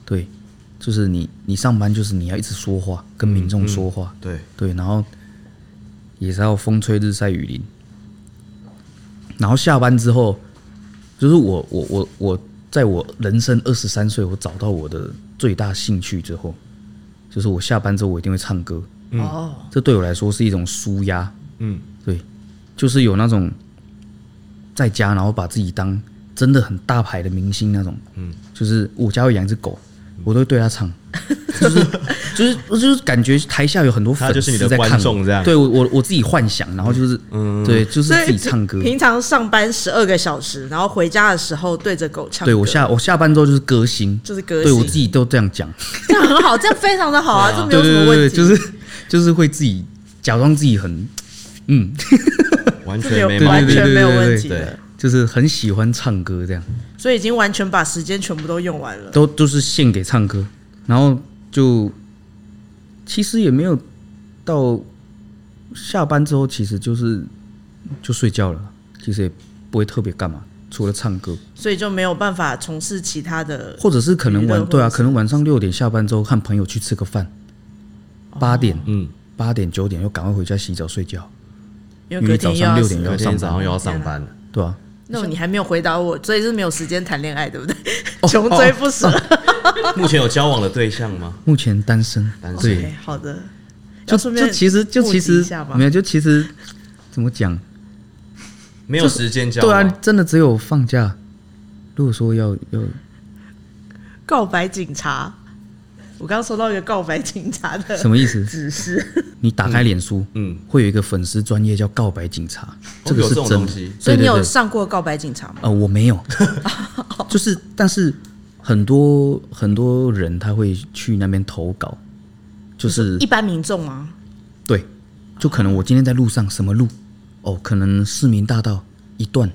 [SPEAKER 3] 对，就是你你上班就是你要一直说话，跟民众说话。
[SPEAKER 2] 对，
[SPEAKER 3] 对，然后也是要风吹日晒雨淋。然后下班之后，就是我我我我在我人生二十三岁，我找到我的最大兴趣之后，就是我下班之后我一定会唱歌，
[SPEAKER 1] 哦，
[SPEAKER 3] 这对我来说是一种舒压。
[SPEAKER 2] 嗯，
[SPEAKER 3] 对，就是有那种在家然后把自己当真的很大牌的明星那种，嗯，就是我家会养一只狗，
[SPEAKER 2] 嗯
[SPEAKER 3] 我都会对 它唱，就是就是我就是感觉台下有很多粉
[SPEAKER 2] 他就
[SPEAKER 3] 丝在看我
[SPEAKER 2] 是你的观众这样
[SPEAKER 3] 对我我我自己幻想，然后就是嗯，对，就是
[SPEAKER 1] 所以
[SPEAKER 3] 自己唱歌。
[SPEAKER 1] 平常上班十二个小时，然后回家的时候对着狗唱歌。
[SPEAKER 3] 对我下我下班之后就是歌星，
[SPEAKER 1] 就是歌
[SPEAKER 3] 对我
[SPEAKER 1] 星
[SPEAKER 3] 自己都这样讲，
[SPEAKER 1] 这样很好，这样非常的好啊，这没
[SPEAKER 3] 对
[SPEAKER 1] 有什
[SPEAKER 3] 对
[SPEAKER 1] 么问
[SPEAKER 3] 对对，
[SPEAKER 1] 题。
[SPEAKER 3] 就是就是会自己假装自己很嗯，
[SPEAKER 2] 完
[SPEAKER 1] 这没有
[SPEAKER 2] 全没毛
[SPEAKER 1] 完
[SPEAKER 2] 病。
[SPEAKER 1] 全没有
[SPEAKER 3] 对对对
[SPEAKER 1] 问题
[SPEAKER 2] 对
[SPEAKER 1] 的，
[SPEAKER 3] 就是很喜欢唱歌这样。
[SPEAKER 1] 所以已经完全把时间全部都用完了。
[SPEAKER 3] 都都是献给唱歌，然后就其实也没有到下班之后，其实就是就睡觉了，其实也不会特别干嘛，除了唱歌，
[SPEAKER 1] 所以就没有办法从事其他的。
[SPEAKER 3] 或者是可能
[SPEAKER 1] 娱乐
[SPEAKER 3] 晚
[SPEAKER 1] 或者
[SPEAKER 3] 对啊，
[SPEAKER 1] 是
[SPEAKER 3] 可能晚上六点下班之后和朋友去吃个饭，八
[SPEAKER 1] 哦
[SPEAKER 3] 点
[SPEAKER 2] 嗯，
[SPEAKER 3] 八点九点又赶快回家洗澡睡觉，
[SPEAKER 1] 因
[SPEAKER 3] 因
[SPEAKER 1] 为
[SPEAKER 3] 为
[SPEAKER 1] 隔天
[SPEAKER 3] 早
[SPEAKER 1] 又要
[SPEAKER 3] 上六点
[SPEAKER 1] 死
[SPEAKER 3] 又
[SPEAKER 2] 隔
[SPEAKER 3] 要
[SPEAKER 2] 天
[SPEAKER 3] 上
[SPEAKER 2] 早上
[SPEAKER 3] 班，
[SPEAKER 2] 又要上班了，
[SPEAKER 3] 对啊，
[SPEAKER 1] 那你还没有回答我，所以是没有时间谈恋爱，对不
[SPEAKER 3] 哦
[SPEAKER 1] 对？ 穷追不舍。
[SPEAKER 2] 目前有交往的对象吗？
[SPEAKER 3] 目前单身，
[SPEAKER 2] 单身
[SPEAKER 3] 对
[SPEAKER 1] OK，好的。
[SPEAKER 3] 就
[SPEAKER 1] 哦要顺便
[SPEAKER 3] 就其实就
[SPEAKER 1] 募
[SPEAKER 3] 其
[SPEAKER 1] 集一
[SPEAKER 3] 实
[SPEAKER 1] 下吧
[SPEAKER 3] 没有，就其实怎么讲，
[SPEAKER 2] 没有时间交
[SPEAKER 3] 对啊
[SPEAKER 2] 往，，
[SPEAKER 3] 真的只有放假。如果说要要
[SPEAKER 1] 告白警察，我刚收到一个告白警察的
[SPEAKER 3] 什么意思？
[SPEAKER 1] 指示，
[SPEAKER 3] 你打开脸书，
[SPEAKER 2] 嗯，哦
[SPEAKER 3] 会有一个粉丝专业叫告白警察，这个
[SPEAKER 2] 有这
[SPEAKER 3] 是
[SPEAKER 2] 种
[SPEAKER 3] 真
[SPEAKER 2] 东
[SPEAKER 3] 的
[SPEAKER 2] 西。
[SPEAKER 1] 所以你
[SPEAKER 3] 对对
[SPEAKER 1] 有
[SPEAKER 3] 对
[SPEAKER 1] 上过告白警察吗？
[SPEAKER 3] 呃，我没有，就是但是很多很多人他会去那边投稿，就是
[SPEAKER 1] 一般民众吗？
[SPEAKER 3] 对，就可能我今天在路上什么路，哦，可能市民大道一段，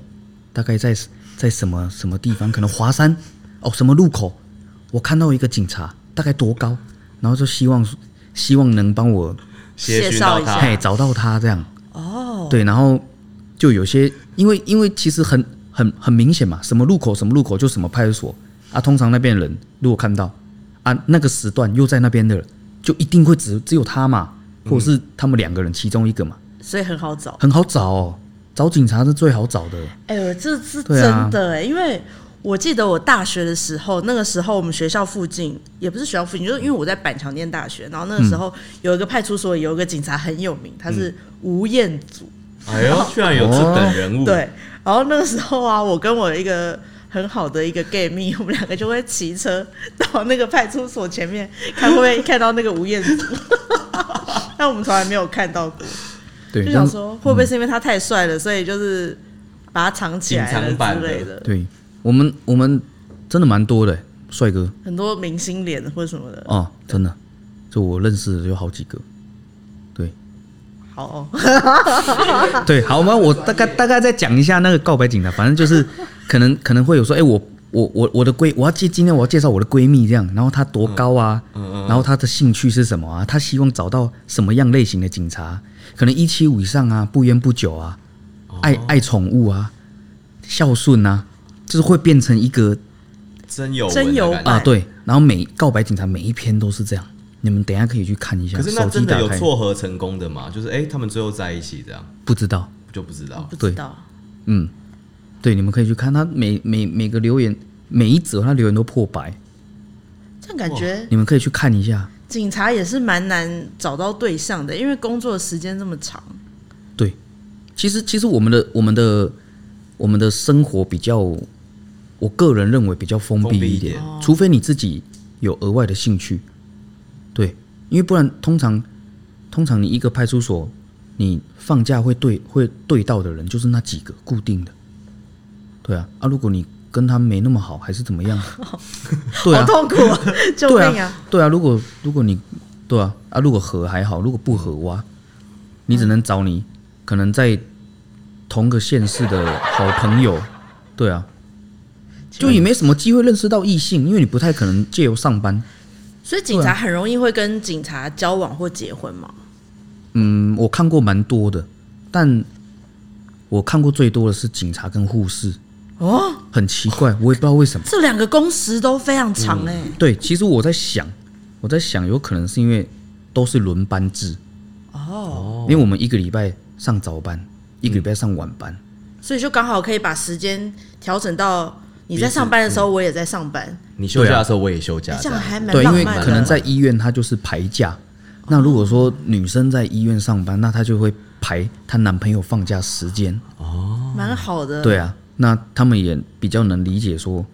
[SPEAKER 3] 大概在在什么什么地方，可能华山哦什么路口，我看到一个警察大概多高，然后就希望希望能帮我
[SPEAKER 2] 协寻到
[SPEAKER 1] 介绍一下
[SPEAKER 2] 他，
[SPEAKER 3] 嘿找到他这样，
[SPEAKER 1] 啊哦，
[SPEAKER 3] 对，然后就有些，因为因为其实很很很明显嘛，什么路口什么路口就什么派出所啊，通常那边人如果看到啊那个时段又在那边的人，就一定会只只有他嘛，或者是他们两个人其中一个嘛，
[SPEAKER 1] 所以很好找。
[SPEAKER 3] 很好找哦，找警察是最好找的。
[SPEAKER 1] 哎呦，这是真
[SPEAKER 3] 对啊
[SPEAKER 1] 的哎、因为我记得我大学的时候，那个时候我们学校附近也不是学校附近，就是因为我在板桥念大学，然后那个时
[SPEAKER 3] 嗯
[SPEAKER 1] 候有一个派出所有一个警察很有名，他是吴彦祖，
[SPEAKER 2] 哎呦，居然有这等
[SPEAKER 3] 嗯
[SPEAKER 2] 人物，
[SPEAKER 1] 哦对，然后那个时候啊，我跟我一个。很好的一个 gay 蜜，我们两个就会骑车到那个派出所前面，看会不会看到那个吴彦祖。 但我们从来没有看到过，
[SPEAKER 3] 对，
[SPEAKER 1] 就
[SPEAKER 3] 这样
[SPEAKER 1] 想说会不会是因为他太帅了，所以就是把他藏起来
[SPEAKER 2] 隐
[SPEAKER 1] 了
[SPEAKER 2] 藏版
[SPEAKER 1] 之
[SPEAKER 2] 的
[SPEAKER 1] 类的。
[SPEAKER 3] 对我们我们真的蛮多的，帅哥
[SPEAKER 1] 很多明星脸或什么的。
[SPEAKER 3] 哦，真的，就我认识的有好几个。对
[SPEAKER 1] 好、哦，
[SPEAKER 3] 对，好嘛，我大概大概再讲一下那个告白警察，反正就是可能可能会有说，哎、我我我我的闺，我要介今天我要介绍我的闺蜜这样，然后她多高啊，
[SPEAKER 2] 嗯
[SPEAKER 3] 然后她的兴趣是什么啊，她希望找到什么样类型的警察，可能一七五以上啊，不烟不酒啊，
[SPEAKER 2] 哦
[SPEAKER 3] 爱爱宠物啊，孝顺啊，就是会变成一个
[SPEAKER 2] 真有
[SPEAKER 1] 真有
[SPEAKER 2] 吧？
[SPEAKER 3] 啊，
[SPEAKER 1] 哎
[SPEAKER 3] 对，然后每告白警察每一篇都是这样，你们等一下可以去看一下。
[SPEAKER 2] 可是那
[SPEAKER 3] 手机
[SPEAKER 2] 真的
[SPEAKER 3] 打
[SPEAKER 2] 有
[SPEAKER 3] 开，
[SPEAKER 2] 撮合成功的吗？就是哎、他们最后在一起这样，
[SPEAKER 3] 不知道，
[SPEAKER 2] 就不知道。
[SPEAKER 1] 不知道，
[SPEAKER 3] 嗯，对，你们可以去看他每每每个留言，每一则他留言都破百，
[SPEAKER 1] 这样感觉
[SPEAKER 3] 你们可以去看一下。
[SPEAKER 1] 警察也是蛮难找到对象的，因为工作时间这么长。
[SPEAKER 3] 对，其实其实我们的我们的我们的生活比较，我个人认为比较封闭
[SPEAKER 2] 封闭
[SPEAKER 3] 一
[SPEAKER 2] 一
[SPEAKER 3] 点
[SPEAKER 2] 点，
[SPEAKER 3] 除非你自己有额外的兴趣，对，因为不然通常通常你一个派出所，你放假会对会对到的人就是那几个固定的，对啊啊，如果你跟他没那么好，还是怎么样，对啊
[SPEAKER 1] 好，痛苦、啊， 救
[SPEAKER 3] 对
[SPEAKER 1] 命
[SPEAKER 3] 啊
[SPEAKER 1] 啊！，
[SPEAKER 3] 对啊，如果如果你对啊啊，如果合还好，如果不合哇，你只能找你可能在同个县市的好朋友，对啊，就也没什么机会认识到异性，因为你不太可能借由上班。
[SPEAKER 1] 所以警察很容易会跟警察交往或结婚嘛？
[SPEAKER 3] 嗯，我看过蛮多的，但我看过最多的是警察跟护士，
[SPEAKER 1] 哦，
[SPEAKER 3] 很奇怪，我也不知道为什么。
[SPEAKER 1] 这两个工时都非常
[SPEAKER 3] 嗯
[SPEAKER 1] 长哎、
[SPEAKER 3] 对，其实我在想，我在想，有可能是因为都是轮班制，
[SPEAKER 1] 哦，
[SPEAKER 3] 因为我们一个礼拜上早班，一个礼拜上晚班。
[SPEAKER 1] 所以就刚好可以把时间调整到你在上班的时候，我也在上班，
[SPEAKER 2] 你休假的时候我也休假，
[SPEAKER 1] 哎这样还蛮
[SPEAKER 3] 对，因
[SPEAKER 1] 浪
[SPEAKER 3] 为
[SPEAKER 1] 漫的。
[SPEAKER 3] 可能在医院她就是排假。那如果说女生在医院上班，那她就会排她男朋友放假时间。
[SPEAKER 1] 蛮好的，
[SPEAKER 3] 对啊，那他们也比较能理解说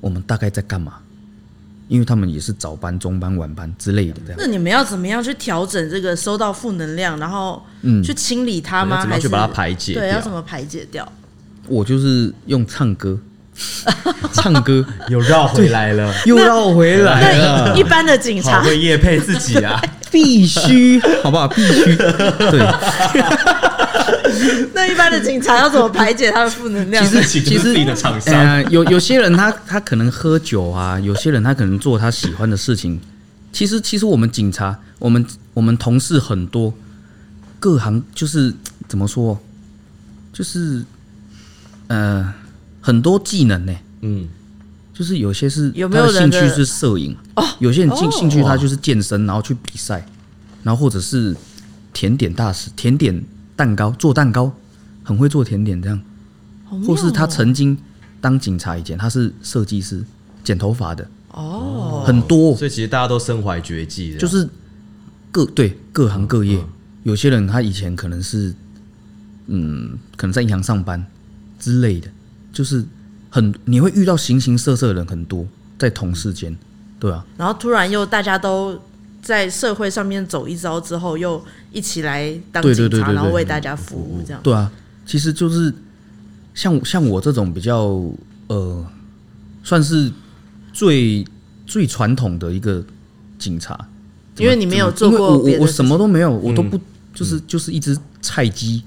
[SPEAKER 3] 我们大概在干嘛，因为他们也是早班、中班、晚班之类的这样。
[SPEAKER 1] 那你们要怎么样去调整这个收到负能量，然后
[SPEAKER 3] 嗯
[SPEAKER 1] 去清理它
[SPEAKER 2] 对
[SPEAKER 1] 吗？
[SPEAKER 2] 要怎么
[SPEAKER 1] 还是
[SPEAKER 2] 去把它排解
[SPEAKER 1] 对，
[SPEAKER 2] 掉
[SPEAKER 1] 要怎么排解掉？
[SPEAKER 3] 我就是用唱歌，唱歌
[SPEAKER 2] 有绕回来了，
[SPEAKER 3] 又绕回 来了，
[SPEAKER 1] 那一般的警
[SPEAKER 2] 好
[SPEAKER 1] 察
[SPEAKER 2] 会夜配自己啊！
[SPEAKER 3] 必须好不好？必须对。
[SPEAKER 1] 那一般的警察要怎么排解他的负能量？
[SPEAKER 2] 自己
[SPEAKER 3] 其
[SPEAKER 2] 就是
[SPEAKER 3] 实
[SPEAKER 2] 自己的厂商，
[SPEAKER 3] 呃，有有些人他他可能喝酒啊，有些人他可能做他喜欢的事情。其实其实我们警察，我们我们同事很多，各行就是怎么说，就是呃很多技能呢、
[SPEAKER 2] 嗯，
[SPEAKER 3] 就是有些是
[SPEAKER 1] 有没有
[SPEAKER 3] 他的兴
[SPEAKER 1] 人的
[SPEAKER 3] 趣是摄影，有些人兴
[SPEAKER 1] 哦
[SPEAKER 3] 兴趣他就是健身，然后去比赛，然后或者是甜点大师，甜点蛋糕做蛋糕，很会做甜点这样。
[SPEAKER 1] 好妙哦
[SPEAKER 3] 或是他曾经当警察以前，他是设计师，剪头发的，
[SPEAKER 1] 哦，
[SPEAKER 3] 很多，
[SPEAKER 2] 所以其实大家都身怀绝技的，，
[SPEAKER 3] 就是各对各行各业，有些人他以前可能是嗯，可能在银行上班之类的，就是很你会遇到形形色色的人很多，在同事间，对啊，
[SPEAKER 1] 然后突然又大家都在社会上面走一遭之后，又一起来当
[SPEAKER 3] 对
[SPEAKER 1] 警察，
[SPEAKER 3] 对对对对
[SPEAKER 1] 然后为大家服务，这样
[SPEAKER 3] 对啊，其实就是像像我这种比较呃，算是最最传统的一个警察，
[SPEAKER 1] 因为你没有做
[SPEAKER 3] 因为我
[SPEAKER 1] 过
[SPEAKER 3] 我
[SPEAKER 1] 别
[SPEAKER 3] 我
[SPEAKER 1] 的
[SPEAKER 3] 什么都没有，我都不、就是就是一只菜 鸡，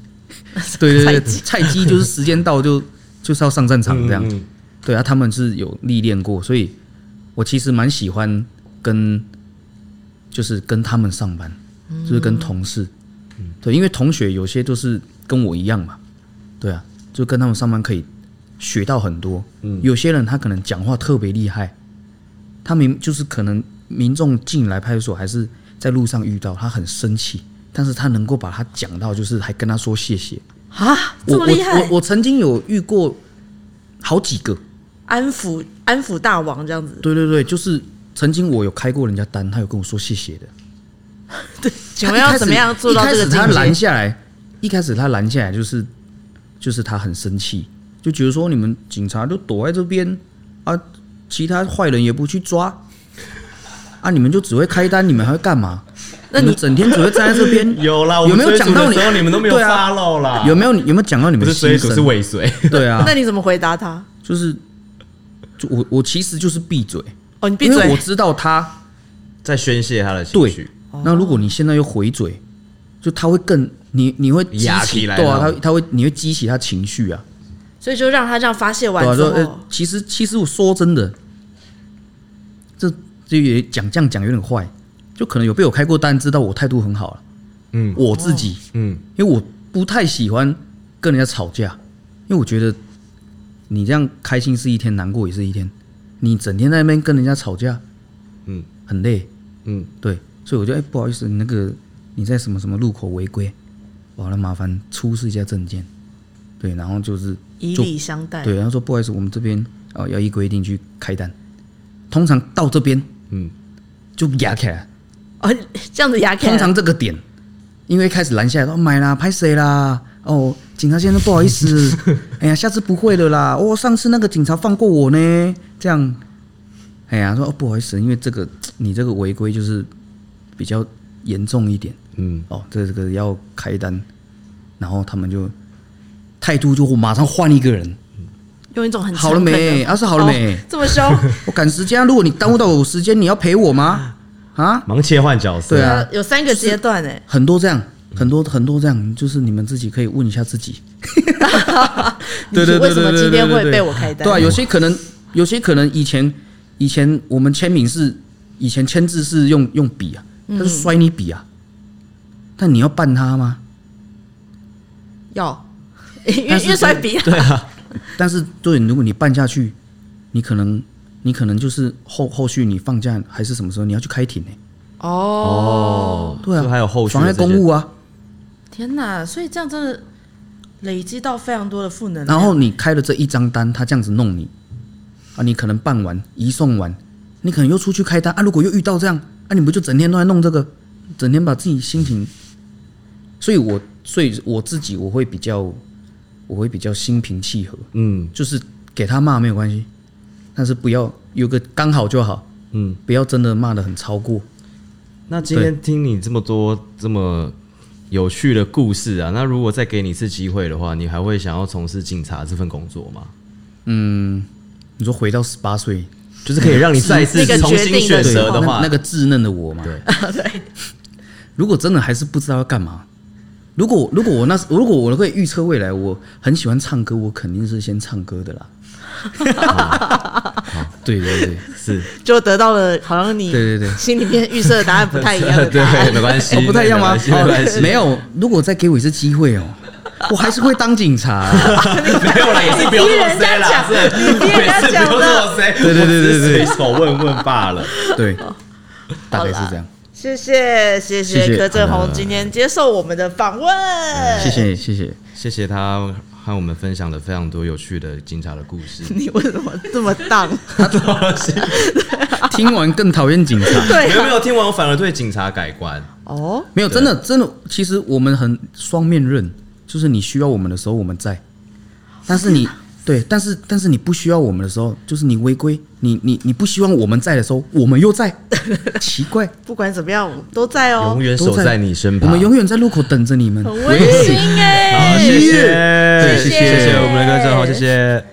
[SPEAKER 3] 对对对，菜鸡就是时间到就就是要上战场这样，对啊，他们是有历练过，所以我其实蛮喜欢跟就是跟他们上班，就是跟同事，对，因为同学有些都是跟我一样嘛，对啊，就跟他们上班可以学到很多，有些人他可能讲话特别厉害，他明就是可能民众进来派出所还是在路上遇到，他很生气，但是他能够把他讲到，就是还跟他说谢谢。
[SPEAKER 1] 啊，
[SPEAKER 3] 我
[SPEAKER 1] 这么
[SPEAKER 3] 我
[SPEAKER 1] 厉害
[SPEAKER 3] 我，我曾经有遇过好几个，
[SPEAKER 1] 安抚安抚大王这样子，
[SPEAKER 3] 对对对，就是曾经我有开过人家单，他有跟我说谢谢的。
[SPEAKER 1] 请问要怎么样做到这个
[SPEAKER 3] 一开始他
[SPEAKER 1] 境
[SPEAKER 3] 拦
[SPEAKER 1] 界？
[SPEAKER 3] 下来，一开始他拦下来就是就是他很生气，就觉得说你们警察都躲在这边啊，其他坏人也不去抓啊，你们就只会开单，你们还会干嘛？
[SPEAKER 1] 那
[SPEAKER 3] 你
[SPEAKER 1] 你
[SPEAKER 3] 们整天只会站在这 边
[SPEAKER 2] 有啦，我
[SPEAKER 3] 有
[SPEAKER 2] 们
[SPEAKER 3] 没有
[SPEAKER 2] 追
[SPEAKER 3] 讲
[SPEAKER 2] 逐
[SPEAKER 3] 到
[SPEAKER 2] 的
[SPEAKER 3] 你
[SPEAKER 2] 时候你们都没有
[SPEAKER 3] 对啊
[SPEAKER 2] 发漏啦，
[SPEAKER 3] 有没有有没有讲到你
[SPEAKER 2] 不
[SPEAKER 3] 们
[SPEAKER 2] 是
[SPEAKER 3] 的
[SPEAKER 2] 追
[SPEAKER 3] 心
[SPEAKER 2] 逐
[SPEAKER 3] 声？
[SPEAKER 2] 是尾 随，
[SPEAKER 3] 对啊
[SPEAKER 1] 那，你怎么回答他？
[SPEAKER 3] 就是就我我其实就是闭嘴，
[SPEAKER 1] 哦，你闭
[SPEAKER 3] 因为我
[SPEAKER 1] 嘴，
[SPEAKER 3] 知道他
[SPEAKER 2] 在宣泄他的情
[SPEAKER 3] 对
[SPEAKER 2] 绪。，
[SPEAKER 3] 那如果你现在又回嘴，就他会更你你会激
[SPEAKER 2] 压
[SPEAKER 3] 起
[SPEAKER 2] 起来
[SPEAKER 3] 对啊，
[SPEAKER 2] 那
[SPEAKER 3] 他
[SPEAKER 2] 种
[SPEAKER 3] 他会你会激起他情绪啊，
[SPEAKER 1] 所以就让他这样发泄完
[SPEAKER 3] 对啊，
[SPEAKER 1] 之
[SPEAKER 3] 说
[SPEAKER 1] 后，
[SPEAKER 3] 呃，其实其实我说真的，这这也讲这样讲有点坏，就可能有被我开过单，知道我态度很好了，
[SPEAKER 2] 嗯
[SPEAKER 3] 我自己，
[SPEAKER 2] 嗯，
[SPEAKER 3] 因为我不太喜欢跟人家吵架，因为我觉得你这样开心是一天，难过也是一天，你整天在那边跟人家吵架，
[SPEAKER 2] 嗯，
[SPEAKER 3] 很累，
[SPEAKER 2] 嗯，
[SPEAKER 3] 对，所以我就哎、不好意思，你那个你在什么什么路口违规，完了麻烦出示一下证件，对，然后就是
[SPEAKER 1] 以
[SPEAKER 3] 就
[SPEAKER 1] 礼相待。
[SPEAKER 3] 对，他说不好意思，我们这边哦要依规定去开单，通常到这边
[SPEAKER 2] 嗯
[SPEAKER 3] 就压起来，
[SPEAKER 1] 哦，这样子牙
[SPEAKER 3] 通
[SPEAKER 1] 签，
[SPEAKER 3] 常这个点，因为开始拦下来说哦买啦，拍谁啦？哦，警察先生不好意思，哎呀，下次不会了啦。哦，上次那个警察放过我呢，这样，哎呀，说哦不好意思，因为这个你这个违规就是比较严重一点
[SPEAKER 2] 嗯，
[SPEAKER 3] 哦，这这个要开单，然后他们就态度就马上换一个人，
[SPEAKER 1] 用一种很
[SPEAKER 3] 好了
[SPEAKER 1] 诚恳
[SPEAKER 3] 没？
[SPEAKER 1] 的
[SPEAKER 3] 啊，是好了没？
[SPEAKER 1] 哦这么 凶，
[SPEAKER 3] 我赶时间啊，如果你耽误到我时间，你要赔我吗？啊，
[SPEAKER 2] 忙切换角色，
[SPEAKER 3] 对啊
[SPEAKER 1] 有三个阶段哎，
[SPEAKER 3] 很多这样，很多很多这样，就是你们自己可以问一下自己。 对对
[SPEAKER 1] 你为
[SPEAKER 3] 对
[SPEAKER 1] 什
[SPEAKER 3] 对
[SPEAKER 1] 么
[SPEAKER 3] 对
[SPEAKER 1] 今天
[SPEAKER 3] 对
[SPEAKER 1] 会
[SPEAKER 3] 对
[SPEAKER 1] 被我开单？
[SPEAKER 3] 对啊，有些可能，有些可能以前以前我们签名是以前签字是用用笔啊，
[SPEAKER 1] 嗯
[SPEAKER 3] 他就摔你笔啊，但你要办他吗？
[SPEAKER 1] 要，因
[SPEAKER 3] 但
[SPEAKER 1] 为
[SPEAKER 3] 是
[SPEAKER 1] 因为摔笔
[SPEAKER 2] 对啊，
[SPEAKER 3] 但是对，如果你办下去，你可能你可能就是后后续你放假还是什么时候你要去开庭呢、
[SPEAKER 1] 哦，
[SPEAKER 3] 对啊，
[SPEAKER 2] 就还有后续
[SPEAKER 3] 妨碍
[SPEAKER 2] 的这些
[SPEAKER 3] 公务啊，
[SPEAKER 1] 天哪！所以这样真的累积到非常多的负能量。
[SPEAKER 3] 然后你开了这一张单，他这样子弄你，啊，你可能办完移送完，你可能又出去开单啊，如果又遇到这样，啊，你不就整天都在弄这个，整天把自己心情，所以我所以我自己我会比较，我会比较心平气和，
[SPEAKER 2] 嗯
[SPEAKER 3] 就是给他骂没有关系，但是不要有个刚好就好，
[SPEAKER 2] 嗯。
[SPEAKER 3] 不要真的骂的很超过。
[SPEAKER 2] 那今天听你这么多这么有趣的故事啊，那如果再给你一次机会的话，你还会想要从事警察这份工作吗？
[SPEAKER 3] 你说回到十八岁，
[SPEAKER 2] 就是可以让你再一次
[SPEAKER 1] 那个
[SPEAKER 2] 重新
[SPEAKER 1] 决
[SPEAKER 2] 选
[SPEAKER 1] 定
[SPEAKER 2] 择
[SPEAKER 1] 的
[SPEAKER 2] 的
[SPEAKER 1] 时
[SPEAKER 2] 话，
[SPEAKER 3] 那那个稚嫩的我嘛，
[SPEAKER 2] 对
[SPEAKER 3] 如果真的还是不知道要干嘛，如果如果我那时如果我可以预测未来，我很喜欢唱歌，我肯定是先唱歌的啦。对对对
[SPEAKER 2] 是
[SPEAKER 1] 就得到了好像你
[SPEAKER 3] 对对对
[SPEAKER 1] 心里面预设的答案不太一样 的答案。
[SPEAKER 2] 对，没关系，
[SPEAKER 3] 哦，不太一样吗？
[SPEAKER 2] 没关系
[SPEAKER 3] 哦，没有。如果再给我一次机会哦，我还是会当警察、
[SPEAKER 2] 没有啦，也是不用这么塞啦，
[SPEAKER 1] 你逼人家讲你
[SPEAKER 2] 是
[SPEAKER 1] 逼人家
[SPEAKER 2] 每次不用这么塞，
[SPEAKER 3] 对对对对对
[SPEAKER 2] 我只是随手问问罢了。
[SPEAKER 3] 对，大概是这样。
[SPEAKER 1] 谢谢谢
[SPEAKER 3] 谢谢
[SPEAKER 1] 柯震
[SPEAKER 3] 好
[SPEAKER 1] 宏
[SPEAKER 3] 的
[SPEAKER 1] 今天接受我们的访问，
[SPEAKER 3] 谢谢谢谢，
[SPEAKER 2] 谢谢他和我们分享了非常多有趣的警察的故 事。
[SPEAKER 1] 你为什么这么荡？ 啊
[SPEAKER 3] 听完更讨厌警察。
[SPEAKER 1] 对
[SPEAKER 2] 没有没
[SPEAKER 1] 啊，
[SPEAKER 2] 有听完，我反而对警察改观。
[SPEAKER 1] 哦，
[SPEAKER 3] 没有，真的真的，其实我们很双面刃，就是你需要我们的时候我们在，但是
[SPEAKER 1] 哦
[SPEAKER 3] 你对，但是但是你不需要我们的时候，就是你违规，你你你不希望我们在的时候，我们又 在，奇怪，
[SPEAKER 1] 不管怎么样，我们都在哦
[SPEAKER 2] 永，远守在你身
[SPEAKER 3] 我
[SPEAKER 2] 旁。
[SPEAKER 3] 们永远在路口等着你们。
[SPEAKER 1] 很温馨哎、
[SPEAKER 2] 好，谢谢，
[SPEAKER 3] 对
[SPEAKER 2] 谢
[SPEAKER 3] 谢谢
[SPEAKER 2] 谢我们的观众，好，谢谢。